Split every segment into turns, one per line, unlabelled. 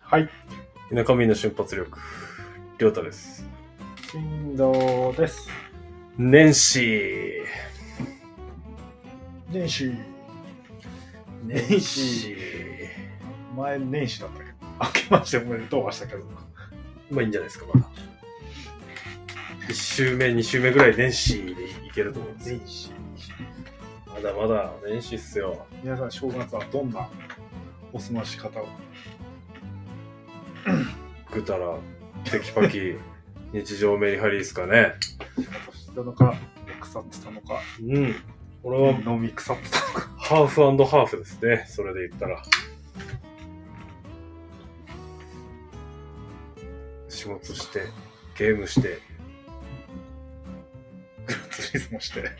はい。田舎民の瞬発力、りょうたです。
振動です。
年始。
年始。
年。始。
前年始だったけど。明けましておめでとうはしたけど。
まあいいんじゃないですか、まだ。1週目、2週目ぐらい年始でいけると思うんですよ。
年始。
まだまだ年始っすよ。
皆さん正月はどんなお過ごし方を
食うたら、テキパキ、日常メリハリですかね。
したのか、腐ってたのか、
うん。俺は
飲み腐ってたのか。
ハーフハーフですね。それで言ったら。仕事して、ゲームして、
グラツリズムして。
はい。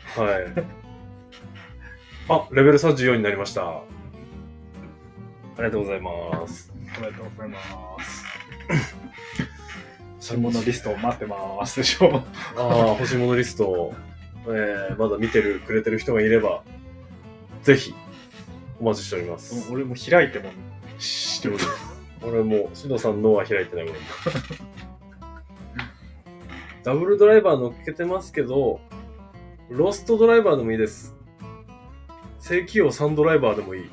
あ、レベル34になりました。ありがとうございます。
おめでとうございます。新物リストを待ってますでしょ。
ああ、星物リストを、えー、まだ見てる、くれてる人がいれば、ぜひ、お待ちしております。
俺も開いてもしておる。
俺も、しのさんのは開いてないもん。ダブルドライバー乗っけてますけど、ロストドライバーでもいいです。正規用3ドライバーでもいい。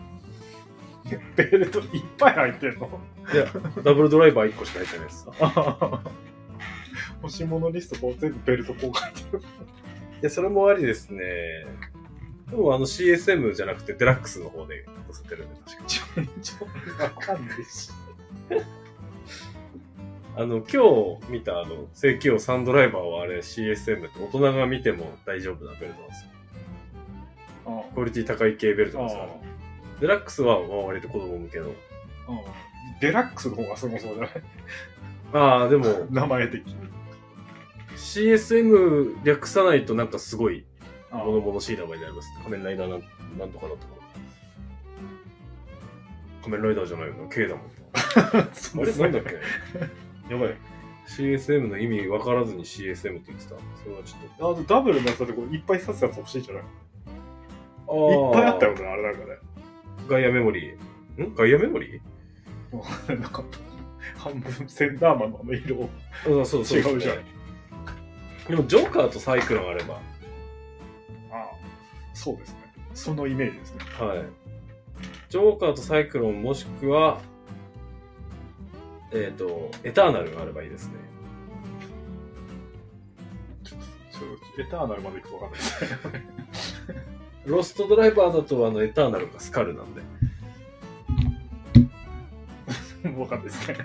ベルトいっぱい入ってんの。
いや、ダブルドライバー1個しか入ってないです。
欲しいものリストこう全部ベルト公開ってる。
いや、それもありですね。でもあの CSM じゃなくてデラックスの方で載せてるんで、確か
ちょちょわかんないし。
あの、今日見たあの、正規用サンドライバーはあれ CSM って大人が見ても大丈夫なベルトなんですよ。
ああ
クオリティ高い系ベルトなんですよ
あ。
デラックスはまあ割と子供向けの。
あうんデラックスの方がすごそうじゃない
ああ、 でも
名前的に。
CSM 略さないとなんかすごい
ああ
物々しい名前になります。仮面ライダーなんなんとかなんとか。仮面ライダーじゃないよな、K だもんな。
そ
あ
うで
れ
す
なんだっ
ね。
けやばい。CSM の意味分からずに CSM って言ってた。それはち
あとダブルのやつだとこういっぱい刺すやつ欲しいんじゃないいっ
ょっと。
ぱいあったよ
ね。
ね、あれなんかね。
ガイアメモリー。んガイアメモリー
もう なんか半分センダーマンのあの色を。
あそうそう
違うじゃん
でも、ジョーカーとサイクロンあれば。
ああそうですね。そのイメージですね。
はい。ジョーカーとサイクロンもしくは、えっ、と、エターナルがあればいいですね。
ちょっとちょっとエターナルまでいくとわかんないですね。
ロストドライバーだと、あの、エターナルかスカルなんで。
わかんないですね。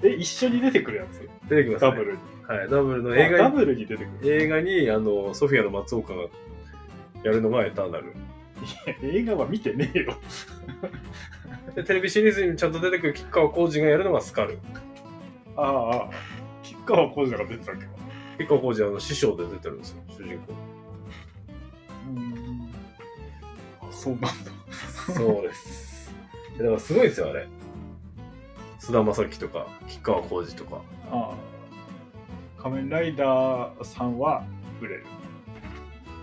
え、一緒に出てくるやつ
出てきます、ね。
ダブ。ルに。
はい、ダブルの
あ
映画に
ダブルに出てくる。
映画にあのソフィアの松岡がやるのがエターナル
映画は見てねえよ。
でテレビシリーズにちゃんと出てくる吉川浩司がやるのがスカル
ああああ、吉川浩司なんか出てたっけ
吉川浩司はあの師匠で出てるんですよ主人公
うん。そうなんだ。
そうですだからすごいですよあれ菅田将暉とか吉川浩司とか
ああ。仮面ライダーさんは売れる。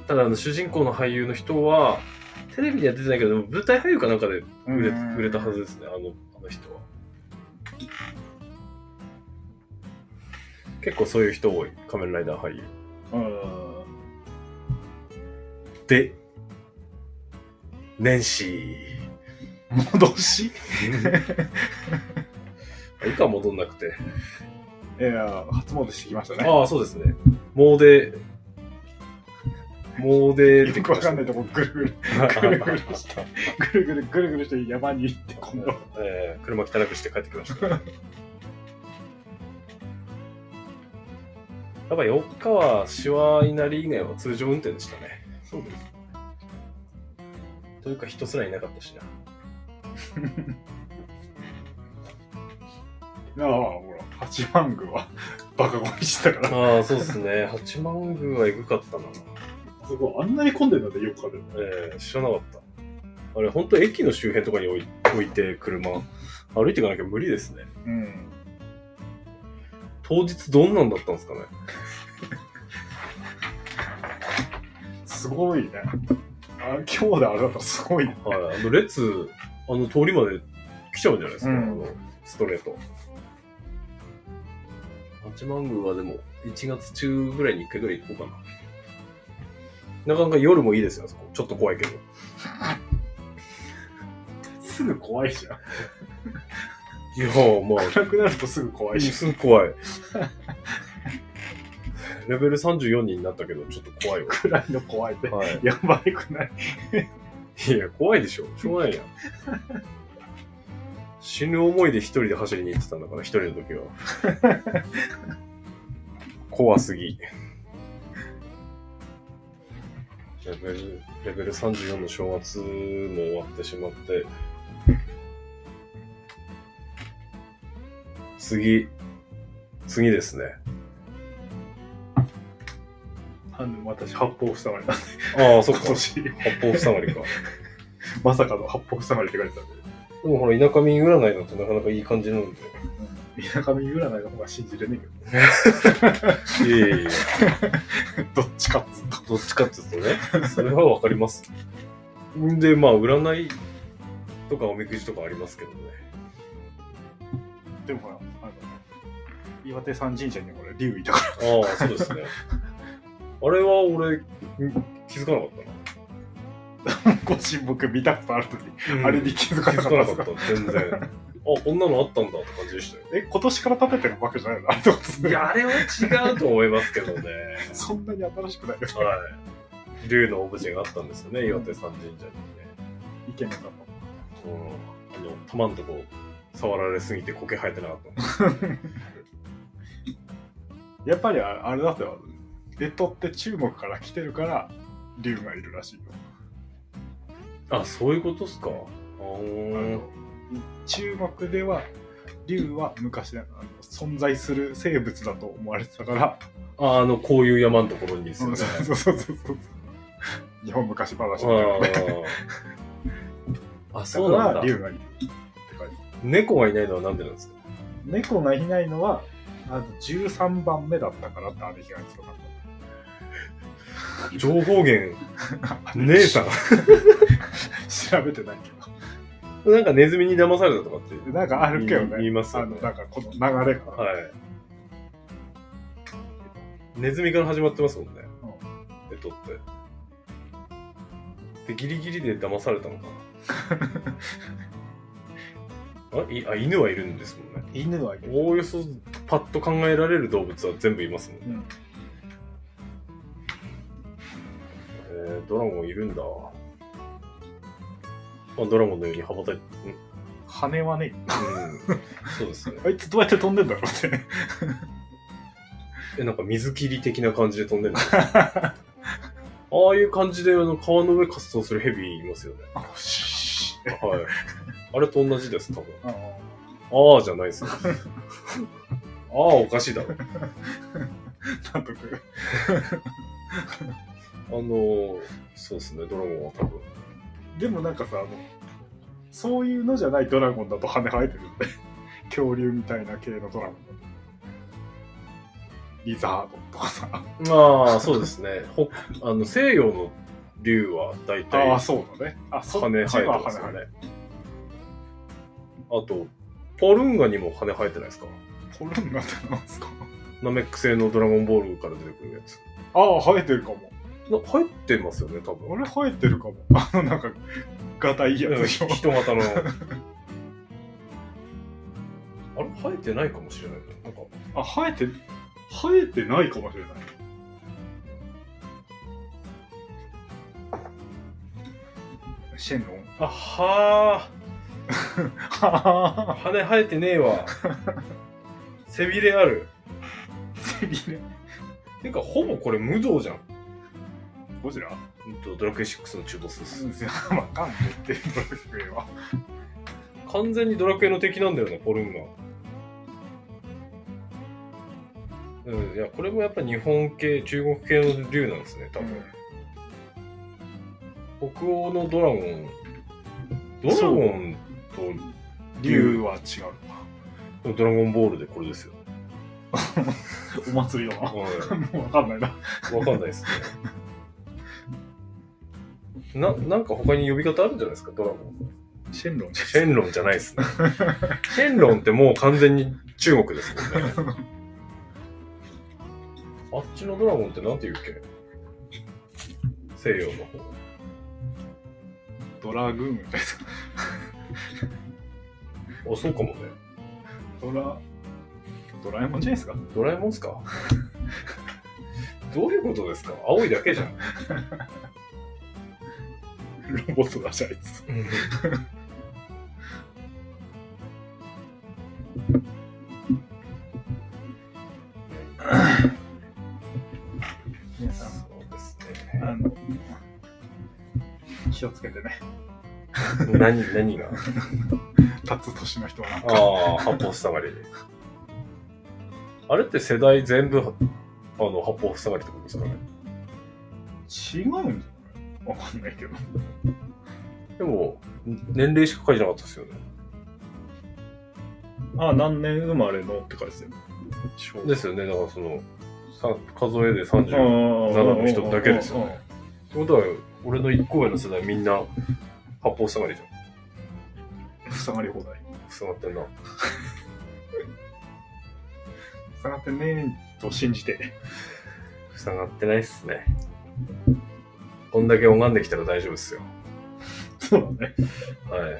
ただあの主人公の俳優の人はテレビには出てないけどでも舞台俳優かなんかで売れ売れたはずですねあのあの人は結構そういう人多い仮面ライダー俳優
うん。
で、年始。
戻し
いいか、戻んなくて。
いや、初詣してきましたね。
ああ、そうですね。詣で、詣で出
よ
て
く
きま
わ
し
か
た
んな
ね
いとこぐるぐる、ぐるぐるして、ぐるぐるぐるぐるして山に行って、今度。
えー車汚くして帰ってきました。やっぱ4日はシワ稲荷以外は通常運転でしたね。
そうです。
というか人すらいなかったしな。
ああ、ほら、八幡宮はバカゴミしてたから。
ああ、そうですね。八幡宮はエグかったな。
すごい、あんなに混んでるんだね、よくかで。
えー知らなかった。あれ、本当駅の周辺とかに置い置いて、車。歩いていかなきゃ無理ですね。
うん。
当日どんなんだったんですかね。
すごいね。あ今日であれだったらすごいね。
はい。あの、列、あの通りまで来ちゃうんじゃないですか、
うん
あの、ストレート。八幡宮はでも、1月中ぐらいに1回ぐらい行こうかな。なかなか夜もいいですよ、あそこ。ちょっと怖いけど。
すぐ怖いじゃん。
いやー、まあ、
暗くなるとすぐ怖いじ
すごい 怖い。レベル34になったけど、ちょっと怖いわ。
ゃん。暗いの怖いって。
はい。
やばいくない。
いや、怖いでしょ。しょうがないやん。死ぬ思いで一人で走りに行ってたんだから、一人の時 は。怖すぎ。レベル、レベル34の正月も終わってしまって。次、次ですね。
あの、私、八方塞がりだった。
ああ、そっ
今
か。
年、
八方塞がりか。
まさかの八方塞がりって書いてたんで。
でもほら、田舎民占いだとなかなかいい感じなんで。
田上占いの方が信じれね
いやいやい
え
や。
けど。どっちかっつうと。
どっちかっていうとね、それはわかります。んで、まあ、占いとかおみくじとかありますけどね。
でもほら、あの、岩手山神社にほら、竜いたか
ああ、そうですね。あれは俺、ん気づかなかっ
ら、ご神木見たことあるとき、
たな。
あれに気づ
気
か
づ
な
か
か
な
っ
か
た
った、全然。あ、こんなのあったんだって感じでしたよ。
え、今年から建ててるわけじゃないのあれってことす
い
る
や、あれは違うと思いますけど ね。
そんなに新しくないよ。
はい。竜のオブジェがあったんですよね、岩手山神社にね。
いけなかっ
うん。あの、玉んとこ触られすぎて苔生えてなかった。
た。やっぱりああれだったよ。レトって中国から来てるから、竜がいるらしいよ。
あ、そういうことっすか。あー
中国では、竜は昔あの存在する生物だと思われてたから、
ああの、こういう山のところにですよ
そう
ね。
そうそうそうそう。日本昔話だよね。
あーあ、
だ
そうな
か
ん
ら
だ。
竜がいるって感じ。
猫がいないのはなんでなんですか
猫がいないのは、あの13番目だったからってあれ被害強かった。
情報源、姉さん。
調べてないけど。
なんかネズミに騙されたとかっていう。
なんかあるけどね。
言います
あ
よ
の、
ね。
なんかこの流れが。
はい。ネズミから始まってますもんね。えっとって。で、ギリギリで騙された のかな。あいあ、犬はいるんですもんね。
犬はいる。
おおよそパッと考えられる動物は全部いますもんね、
うん
えードラゴンいるんだ、まあ、ドラゴンのように羽ばたいて、うん、
羽はね、
そうですね
あいつどうやって飛んでんだろうって。
えなんか水切り的な感じで飛んでるの ああいう感じであの川の上活動するヘビいますよね
あシュッ
はいあれと同じです多分
あ
ああじゃないですよああおかしいだろ
ー納得。
あのーそうですねドラゴンは多分
でもなんかさ、あの、そういうのじゃないドラゴンだと羽生えてるんで。 恐竜みたいな系のドラゴンだと。リザードとかさ。
まあ、そうですね。 ほあの西洋の竜は大体
ああ、
羽
そうだね。あ、そっ
生え
ち
て
は
ま
羽
すよ
生え
ね。あと、ポルンガにも羽生えてないですか
てる。ポルンガってなんですか
ナメック製のドラゴンボールから出てくるやつ。
ああ、生えてるかも。
な生えてますよね、多分。
俺生えてるかも。 あの、なんか、ガタいいやつでしょ。
人 型の。あれ、生えてないかもしれないな。なんか、
あ、生えて、生えてないかもしれない。シェンロ ン。
あは
は
あ、羽生えてねえわ。背びれある。
ぁ。ビレ。
てか、ほぼこれ無道じゃん。
ゴジラ
うんとドラクエ6の中ボスです。
わかんねえって、ドラクエは。
完全にドラクエの敵なんだよね、ポルンガ。うん、いや、これもやっぱ日本系、中国系の竜なんですね、多分。北欧のドラゴン、ドラゴンと
竜は違うのか
でもドラゴンボールでこれですよ。
お祭りだな。
は
もうわかんないな。
い。わかんないですね。な、なんか他に呼び方あるんじゃないですか、ドラゴン。
シェンロンじ
シェンロンじゃないですね。シェンロンってもう完全に中国ですもんね。 あっちのドラゴンってなんて言うっけ西洋の方。
ゃんドラグーンみたい
あ、そうかもね。
な。ドラ、ドラえもんじゃないですか
ドラえもんっすかどういうことですか青いだけじゃん。
ロボットだし、あいつ。皆さん、
そうです
あ
ね。
の、気をつけてね。
何、何が
立つ年の人はなんか。
ああ、八方塞がりで。あれって世代全部、あの、八方塞がりってことですかね。
違うんじゃないわかんないけど。
でも、年齢しか書いてなかったですよね。
あ、何年生まれのって書いてる。小
ですよね、だからその、さ数えで30。
7
の人だけですよね。ってことは、俺の1個上の世代みんな、八方塞がりじゃ
塞がり放題。
ん。塞がってんな。
塞がってねえと信じて。
塞がってないっすね。こんだけ拝んできたら大丈夫っすよ。
そうだね。
はい。だ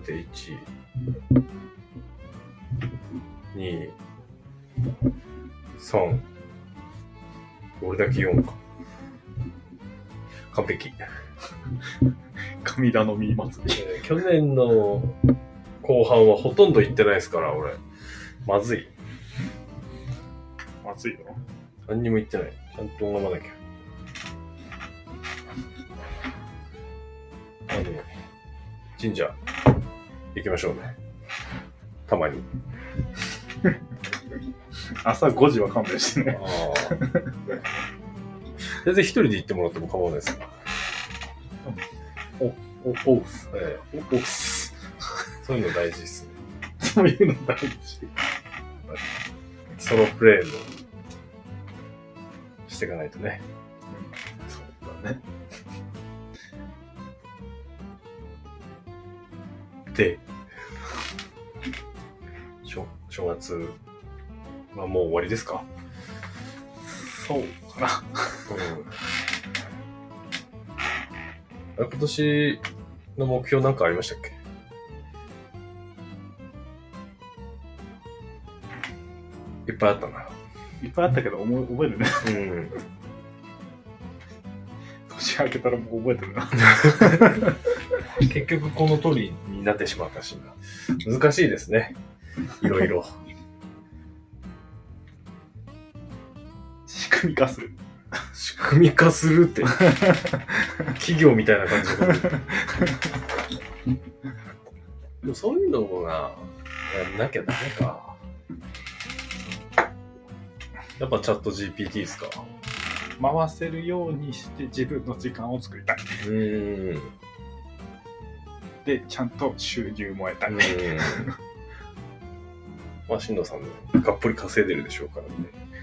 って1、2、3、俺だけ4か。完璧。
神頼み祭り。
えー去年の後半はほとんど行ってないですから、俺。まずい。
祭りよ。
何にも行ってない。ちゃんと拝まなきゃ。あの、神社、行きましょうね。たまに。
朝5時は勘弁してね。
全然一人で行ってもらっても構わないですよ。
お、おうす。
ええ
おうす。
そういうの大事ですね。
そういうの大事。
ソロプレイのしていかないとね。
そうだね。
で、正正月はもう終わりですか、
そうかな。
あれ今年の目標なんかありましたっけいっぱいあったな。
いっぱいあったけど、思い覚えるね。
うん。
年明けたらもう覚えてるな。
結局この通りになってしまったしな、難しいですね。いろいろ。
仕組み化する。
仕組み化する って。企業みたいな感じのことでもそういうのもな、やんなきゃダメか。やっぱチャット GPT ですか。
回せるようにして自分の時間を作りたい。
うーん。う
で、ちゃんと収入も得たい。
ーん。 まあ、しんさんもがっぽり稼いでるでしょうからね。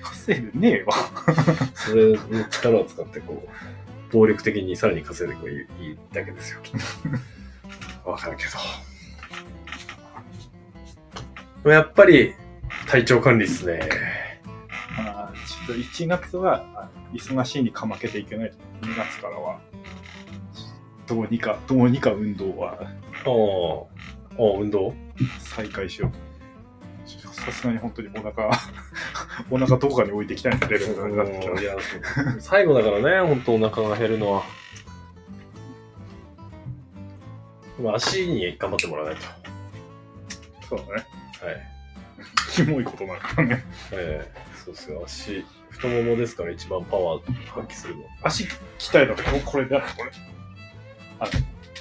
稼いでねえわ。
それの力を使ってこう暴力的にさらに稼いでこういいいいだけですよきっとわからんけどやっぱり体調管理ですね
まあ、ちょっと1月はあ忙しいにかまけていけないと2月からはどうにかどうにか運動は
ああああ運動
再開しようとちょっとさすがに本当にお腹 お腹どこかに置いていきたいなレベルになってきた
いやそう最後だからね本当お腹が減るのはでも足に頑張ってもらわない
そ
と
うだね
はい
キモいことになるからね
ええそうですよ足太ももですから一番パワー発揮するの
足鍛えたとここれだよこれあの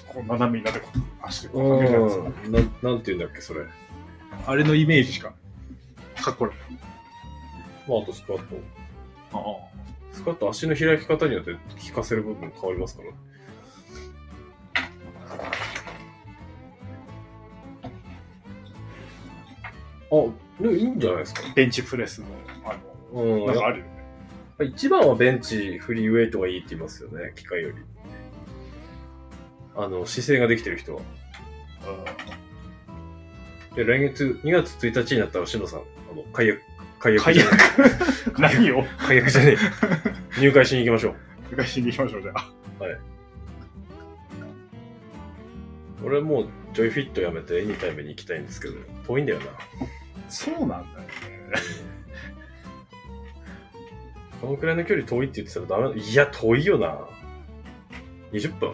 こう斜めになってこう足でこう上げるやつ
うん、なんなんて言うんだっけそれ
あれのイメージしかかっこいい
まあ、あとスクワット。
ああ
スクワット足の開き方によって効かせる部分変わりますから。でもいいんじゃないですか。
ベンチプレスの、あ
うん
の、なんかあるよね。
やっぱ一番はベンチ、フリーウェイトがいいって言いますよね、機械より。あの、姿勢ができてる人は。で、来月、2月1日になったら、しのさん、あの、解約、解約
解
じゃない
約何を
解約じゃねえ。入会しに行きましょう。
解しに行きましょう、じゃあ。
俺はもう、ジョイフィットやめて、エニタイムに行きたいんですけど、遠いんだよな。
そうなんだよね。
このくらいの距離遠いって言ってたらダメだ。いや、遠いよな。20分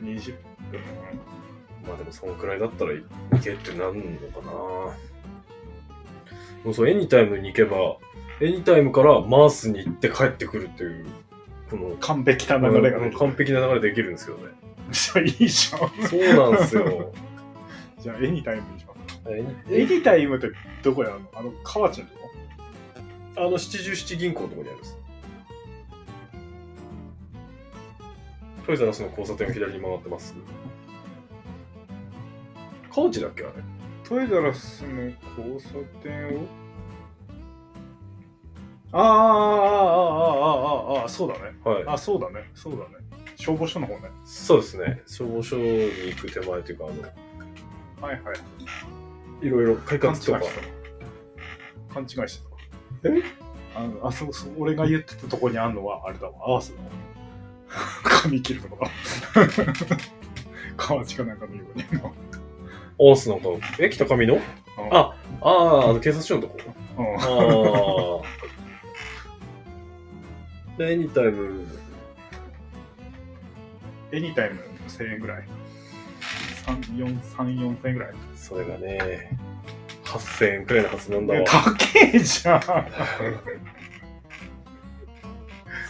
うん、20分。
まあでもそのくらいだったら行けってなんのかなもうそう、エニタイムに行けば、エニタイムからマースに行って帰ってくるっていう、この、
完璧な流れが出
この
てく
完璧な流れできるんですけどね。
る。じゃあいいじゃん。
そうなんで すよ。
じゃあ、エニタイムにします。
え
エ
え
ニタイムってどこやるのあの、河内のとこ
あの、七十七銀行のとこにあるんです。トイザラスの交差点を左に曲がってます。カウチだっけあれ。
トイザラスの交差点をあああああああああああそうだね
はい。
あそうだねそうだね消防署の方ね
そうですね。消防署に行く手前というか、あの、
はいはい
いろいろ改
勘
革
違いし
と
てた
か。
勘違いしてた
え
あのあそうそう俺が言ってたとこにあんのはあれだわ合わせだわ髪切るとこだ川地かなんかのように
オースなんか、え、北上のあああ、あの警察署のとこ。
うん
ああ。 で、エニタイム、
エニタイム1000円ぐらい344000円ぐらい
それがね、8000円くらいのはずなんだわ
ね。高えじゃん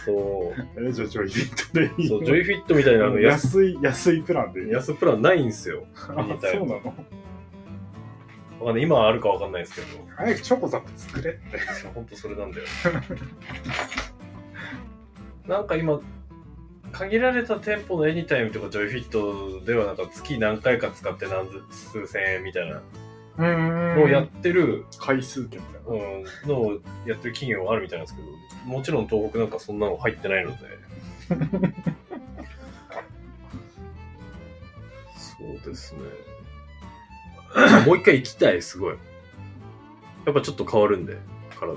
そう。
えじゃあジョイフィットで いい
そう、
の
ジョイフィットみたいなあの安、
安い安いプランでいい
安プランないんすよ。
あそう
いみた
な
い
の
わかんない。今はあるかわかんないですけど。
早くチョコザップ作れって
ほんとそれなんだ よ。なんか今、限られた店舗のエニタイムとかジョイフィットではなんか月何回か使って何数千円みたいな
うん
のをやってる、
回数券みたいな
うん、のをやってる企業があるみたいなんですけど、もちろん東北なんかそんなの入ってないので。そうですね。 もう一回行きたい、すごい。やっぱちょっと変わるんで、体。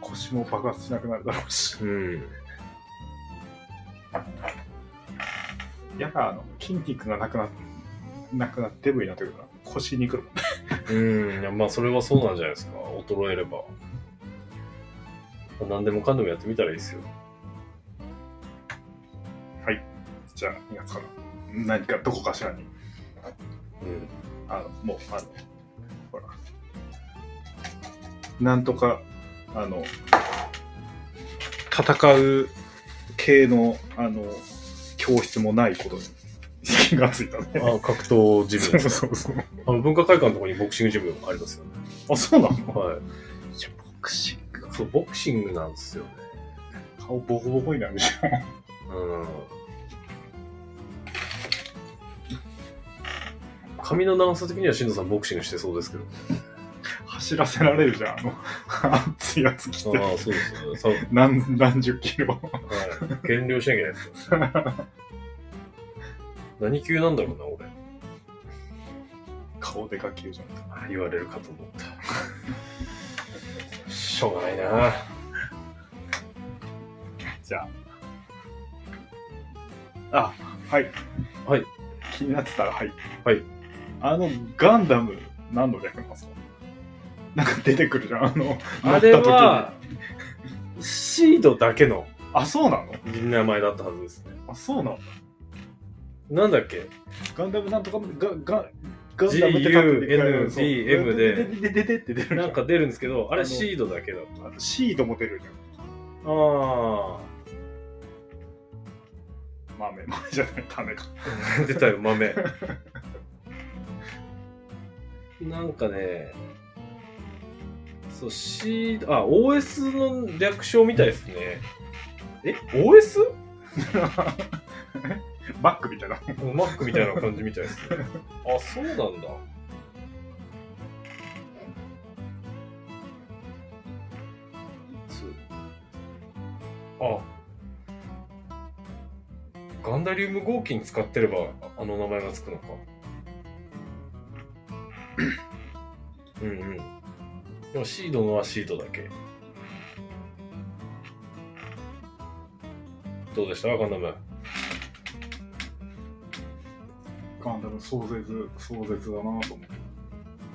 腰も爆発しなくなるだろうし
うん。
やだあの筋肉がなくなってなくなってデブになってくるから腰にくるもん
うん、いやまあそれはそうなんじゃないですか。衰えれば。まあ何でもかんでもやってみたらいいですよ。
じゃあ2月から何かどこかしらに
うん。
あのもうあのほらなんとかあの戦う系のあの教室もないことに気がついたね
あ格闘ジム
そう
ですか。
そうそう
あの文化会館のところにボクシングジムありますよね。
あそうなの
はい。
ボクシング
そう、ボクシングなんですよね。
顔ボコボコになるじゃん
うん。髪の長さ的には、しんどさんボクシングしてそうですけど。
走らせられるじゃんあの熱いやつ着て
ああ、そうですよね。さは
何何十キロ
い。減量しなきゃいけないですよ。何級なんだろうな、俺。
顔でか級じゃん
あ言われるかと思った。しょうが ないな。
じゃあ。あ、はい。
はい。
気になってたら、はい。
はい。
あの、ガンダム、何度でやりますかなんか出てくるじゃん、あの、
あれ
乗った
は、シードだけの
時に。あ、そうなの
名前だったはずですね。
あ、そうなの
なんだっけ
ガンダムなんとか、ガ、ガ、ガンダムって書く
GUNDM
そう
で
で、で、で、でって出るじゃ
なんか出るんですけど、あ
あ
れ
の
シードだけだった。
あのシードも出るじゃん。
あ
豆、豆じゃない、種か。
あ。 出たよ、豆。なんかね、そう、シード、あ、OS の略称みたいですね。え ?OS?
バックみたいな。
マックみたいな感じみたいですね。あ、そうなんだ。いつあ、ガンダリウム合金使ってれば、あの名前がつくのか。うんうん。でもシードのはシードだけ。どうでしたガンダム。
ガンダム壮絶、壮絶だなぁと思って。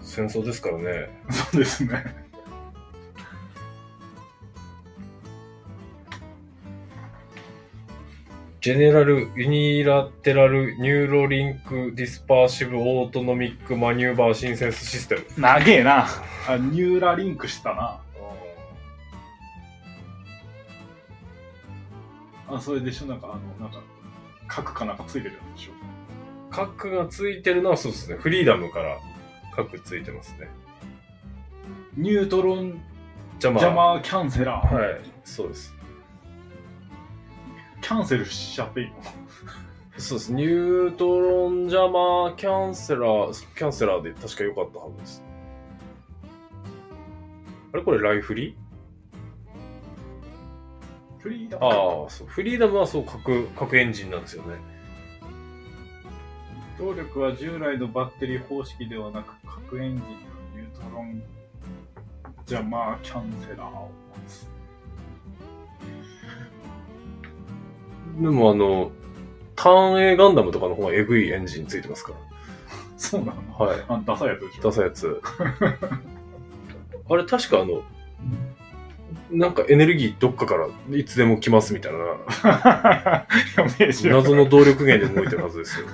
戦争ですからね。
そうですね。
ジェネラル・ユニラテラル・ニューロリンク・ディスパーシブ・オートノミック・マニューバー・シンセンス・システム。
長えな。あ、ニューラリンクしたな。あ、それでしょ、なんか、あの、なんか、核かなんかついてるやつでしょ。
核がついてるのはそうですね。フリーダムから核ついてますね。
ニュートロン
邪魔。
邪魔キャンセラー。
はい、そうです。
キャンセルしちゃっていいの
そうです。ニュートロン・邪魔・キャンセラー、キャンセラーで確か良かったはずです。あれこれライフリー
フリーダム
ああ、そう。フリーダムはそう、核、核エンジンなんですよね。
動力は従来のバッテリー方式ではなく核エンジンのニュートロン邪魔キャンセラーを持つ
でもあの、ターン A ガンダムとかの方がエグいエンジンついてますか
そうなの
ら。はい。
あダサいやつでし
ダ
ょ
サいや つ。あれ確かあの、なんかエネルギーどっかからいつでも来ますみ たいな、
やべえし
謎の動力源で動いてるはずですよ。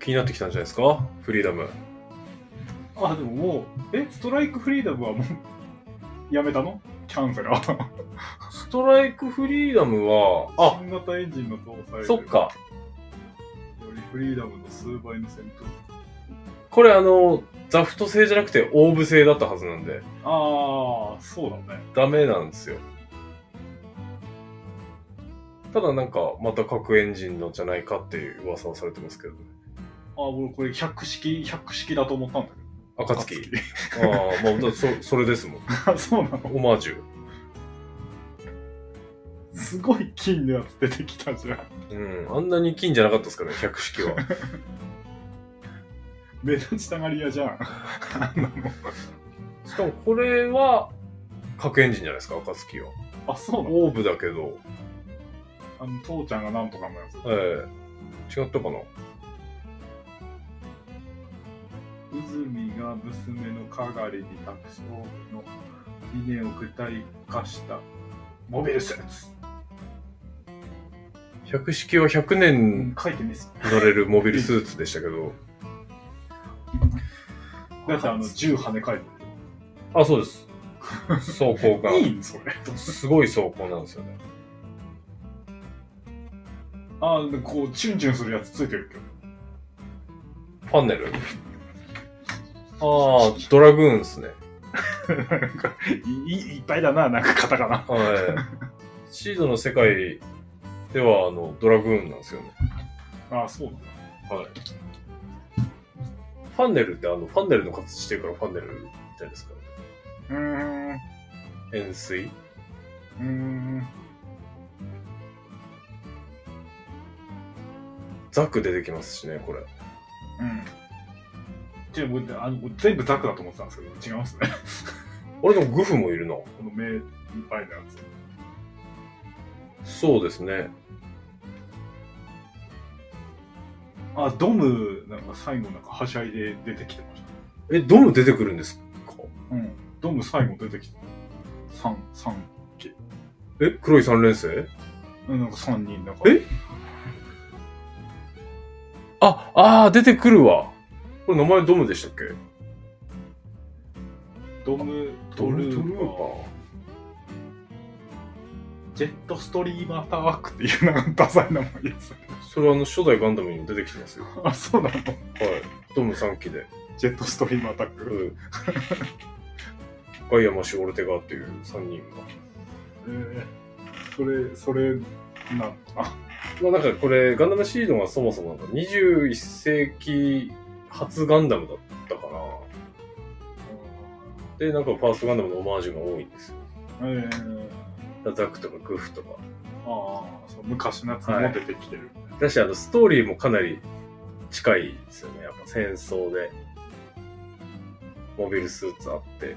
気になってきたんじゃないですかフリーダム。
あでももうえストライクフリーダムはもうやめたのキャンセラー
ストライクフリーダムは、あ、
新型エンジンの搭載で
そっか。
よりフリーダムの数倍の戦闘
これあの、ザフト製じゃなくてオーブ製だったはずなんで、
ああそうだね
ダメなんですよ。ただなんか、また核エンジンのじゃないかっていう噂をされてますけどね。
あー俺これ百式百式だと思ったんだけど
暁。ああ、まあ、だそ、それですもん。
暁 そうなの
オマージュ。
すごい金のやつ出てきたじゃん。
うん。あんなに金じゃなかったですからね、百式 は。
目立ちたがり屋じゃん。
しかもこれは、核エンジンじゃないですか、暁は。
あ、そうなの
オーブだけど、
あの、父ちゃんがなんとかのやつ。
ええ違ったかな
うずみが娘のかがりに託すオの理念を具体化したモビルスーツ。
百式は100
う
年
ん、書いてみす。
乗れるモビルスーツでしたけど。
だってあの、銃跳ね書いて
あ、そうです。走行が
る。。いいんそれ。
すごい走行なんですよね。
あー、でこう、チュンチュンするやつついてるけど。
パンネル。ああ、ドラグーンですね。
なんかいい、いっぱいだな、なんかカタカナ。
はい。 シードの世界では、あの、ドラグーンなんですよね。
あー、そうなんだ。
はい。ファンネルって、あの、ファンネルの形してるからファンネルみたいですか
うーん。う
ら、ね。円錐
ーん。
ザク出てきますしね、これ。
うん。じゃあ、もうあのもう全部ザクだと思ってたんですけど、違いますね。
俺でもグフもいるな。
この目いっぱいのやつ。
そうですね。
あ、ドム、なんか最後なんかはしゃいで出てきてました。
え、ドム出てくるんですか
うん。ドム最後出てきて。三、三。
え、黒い三連星
うんなんか三人だか
えあ、ああ、出てくるわ。これ名前ドムでしたっけ
ドム、トルーパー、ジェットストリーマータワークっていうなんかダサい名前 です。
それはあの初代ガンダムにも出てきてますよ。は
あ、そうなの
い。ドム3機で。
ジェットストリームアタック。
うん高山シオルテガっていう3人が。
えー、それ、それ、なんあ、
まあなんかこれ、ガンダムシードがそもそもなんか21世紀初ガンダムだったから、で、なんかファーストガンダムのオマージュが多いんですよ。
えー、
ザクとかグフとか。
ああ、そう昔のやつも出てきてる。
だし、あの、ストーリーもかなり近いですよね。やっぱ戦争で、モビルスーツあって。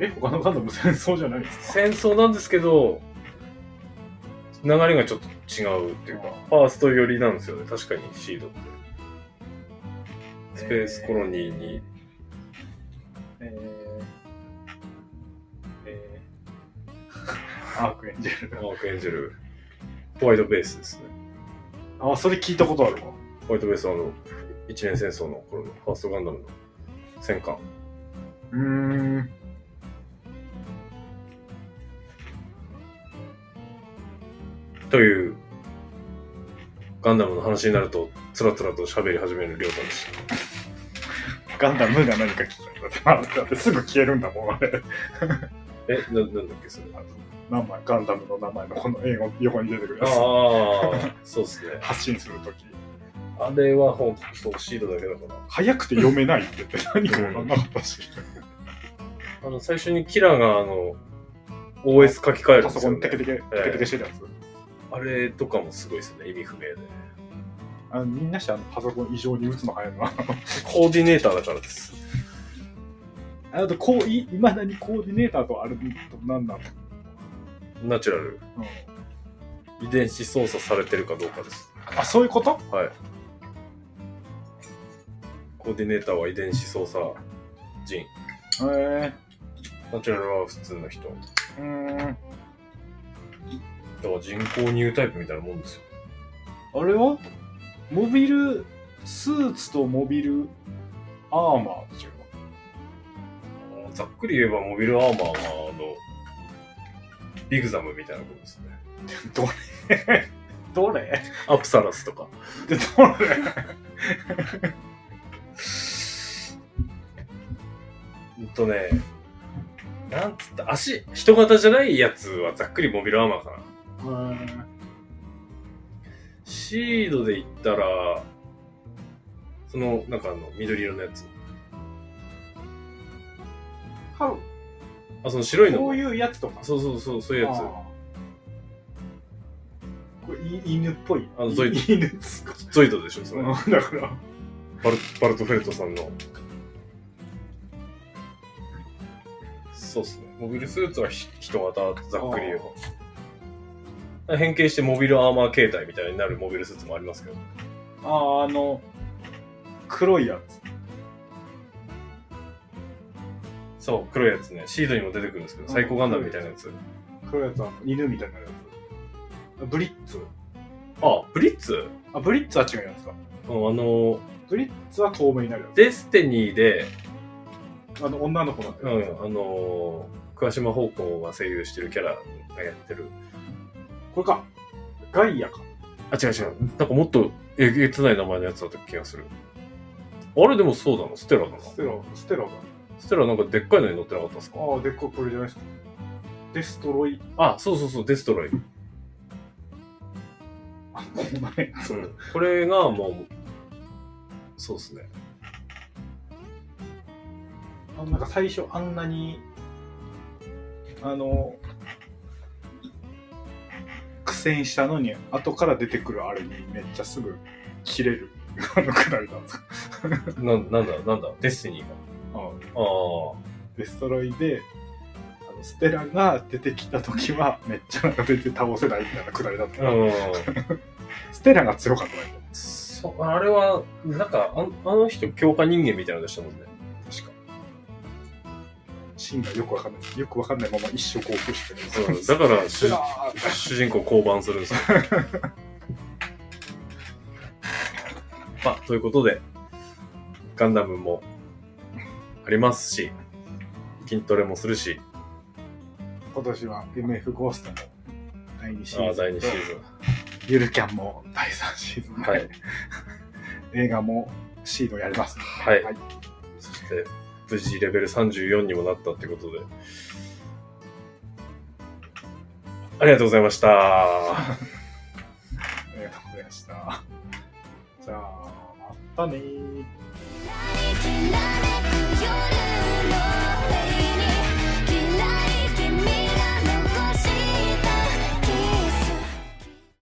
え、他のガンダム 戦争じゃないんですか
戦争なんですけど、流れがちょっと違うっていうか、ファースト寄りなんですよね。確かにシードって。スペースコロニーに
えーえー、 アークエンジェル。
アークエンジェル、ホワイトベースですね。
あ、それ聞いたことあるわ。
ホワイトベースはあの、一年戦争の頃のファーストガンダムの戦艦。
うーん。
という、ガンダムの話になると、つらつらと喋り始めるりょうたでし
ガンダムが何か聞いたんだって、だってすぐ消えるんだもん、あれ。
た。え、な、なんだっけ、それ。
名前、ガンダムの名前のこの英語横に出てくるやつ。
ああ、そうですね。
発信するとき。
あれはほんとシードだけだから。
早くて読めないって言って何か分かんなかったし。
あの、最初にキラが、あの、OS 書き換えるん
パ
で
ソ
す
コ
よ、
ンテケ
ね。
テケ、テケテケしてるやつ。
あれとかもすごいですね、意味不明で。
あのみんなしてあのパソコン異常に打つの早いな。
コーディネーターだからです。
あと、こう、い、いまだにコーディネーターとあれと何なの
ナチュラル。
うん
遺伝子操作されてるかどうかです。
あ、そういうこと
はい。コーディネーターは遺伝子操作人。
へえ
ナチュラルは普通の人。だか
ー。うーん。
ら人工ニュータイプみたいなもんですよ。
あれはモビル、スーツとモビルアーマーっていうの
ざっくり言えばモビルアーマーのビグザムみたいなことですね。
どれ
アプサラスとか。
で、どれ
うんとね、なんつった、足、人型じゃないやつはざっくりモビルアーマーかな。シードで言ったら、その、なんかあの、緑色のやつ。
ハロ
あ、その白いの。
こういうやつとか。
そうそうそう、そういうやつ。
あーこれい犬っぽい。
あのゾイ
犬っすか。
ゾイドでしょ、それ。
うんだから、
バルバルトフェルトさんの。そうっすね。モビルスーツはひ人型、ざっくり言えば。変形してモビルアーマー形態みたいになるモビルスーツもありますけど。
あーあの、黒いやつ。
そう、黒いやつね。シードにも出てくるんですけど、
うん
最高ガンダムみたいなやつ。
黒いやつは犬みたいなやつ。ブリッツ。
あ、ブリッツ
あ、ブリッツは違うやつか。
うんあの、
ブリッツは透明になるや
デスティニーで、
つ。あの、女の子なんだ
うん
よ。、
あのー、桑島方向が声優してるキャラがやってる。
これか。ガイアか。
あ、違う違う。なんかもっとえげつない名前のやつだった気がする。あれでもそうだな、ステラだな。
ステラ、ステラが。
ステラなんかでっかいのに乗ってなかったですか
ああ、でっかいこれじゃないですか。デストロイ。
あ、そうそうそう、デストロイ。
あ、ごめん。
これがもう、そうですね。
あのなんか最初あんなにあの苦戦したのに後から出てくるあれにめっちゃすぐ切れるあのくだりなんですか
な、なんだ、なんだ、デスティニーが。ああ。
デストロイであのステラが出てきた時はめっちゃなんか全然倒せないみたいなくだりだった、
うん。
ステラが強かっただけ
そあれは、なんかあの、あの人、強化人間みたいなのでしたもんね。確か。
シーンがよくわかんないよくわかんないまま一生興奮してる
うん、だから、
ステ
主
ラ
主人公降板するんですよ。まあ、ということで、ガンダムもありますし、筋トレもするし、
今年は MF ゴーストの第2シ
あ
ー
あ
ズ
第
ン
2
と
シーズン。
ゆるキャンも第3シーズンで、
はい。
映画もシードやります。
はい
はい。
そして、無事レベル34にもなったってことで。ありがとうございました。
ありがとうございました。じゃあ、またねー。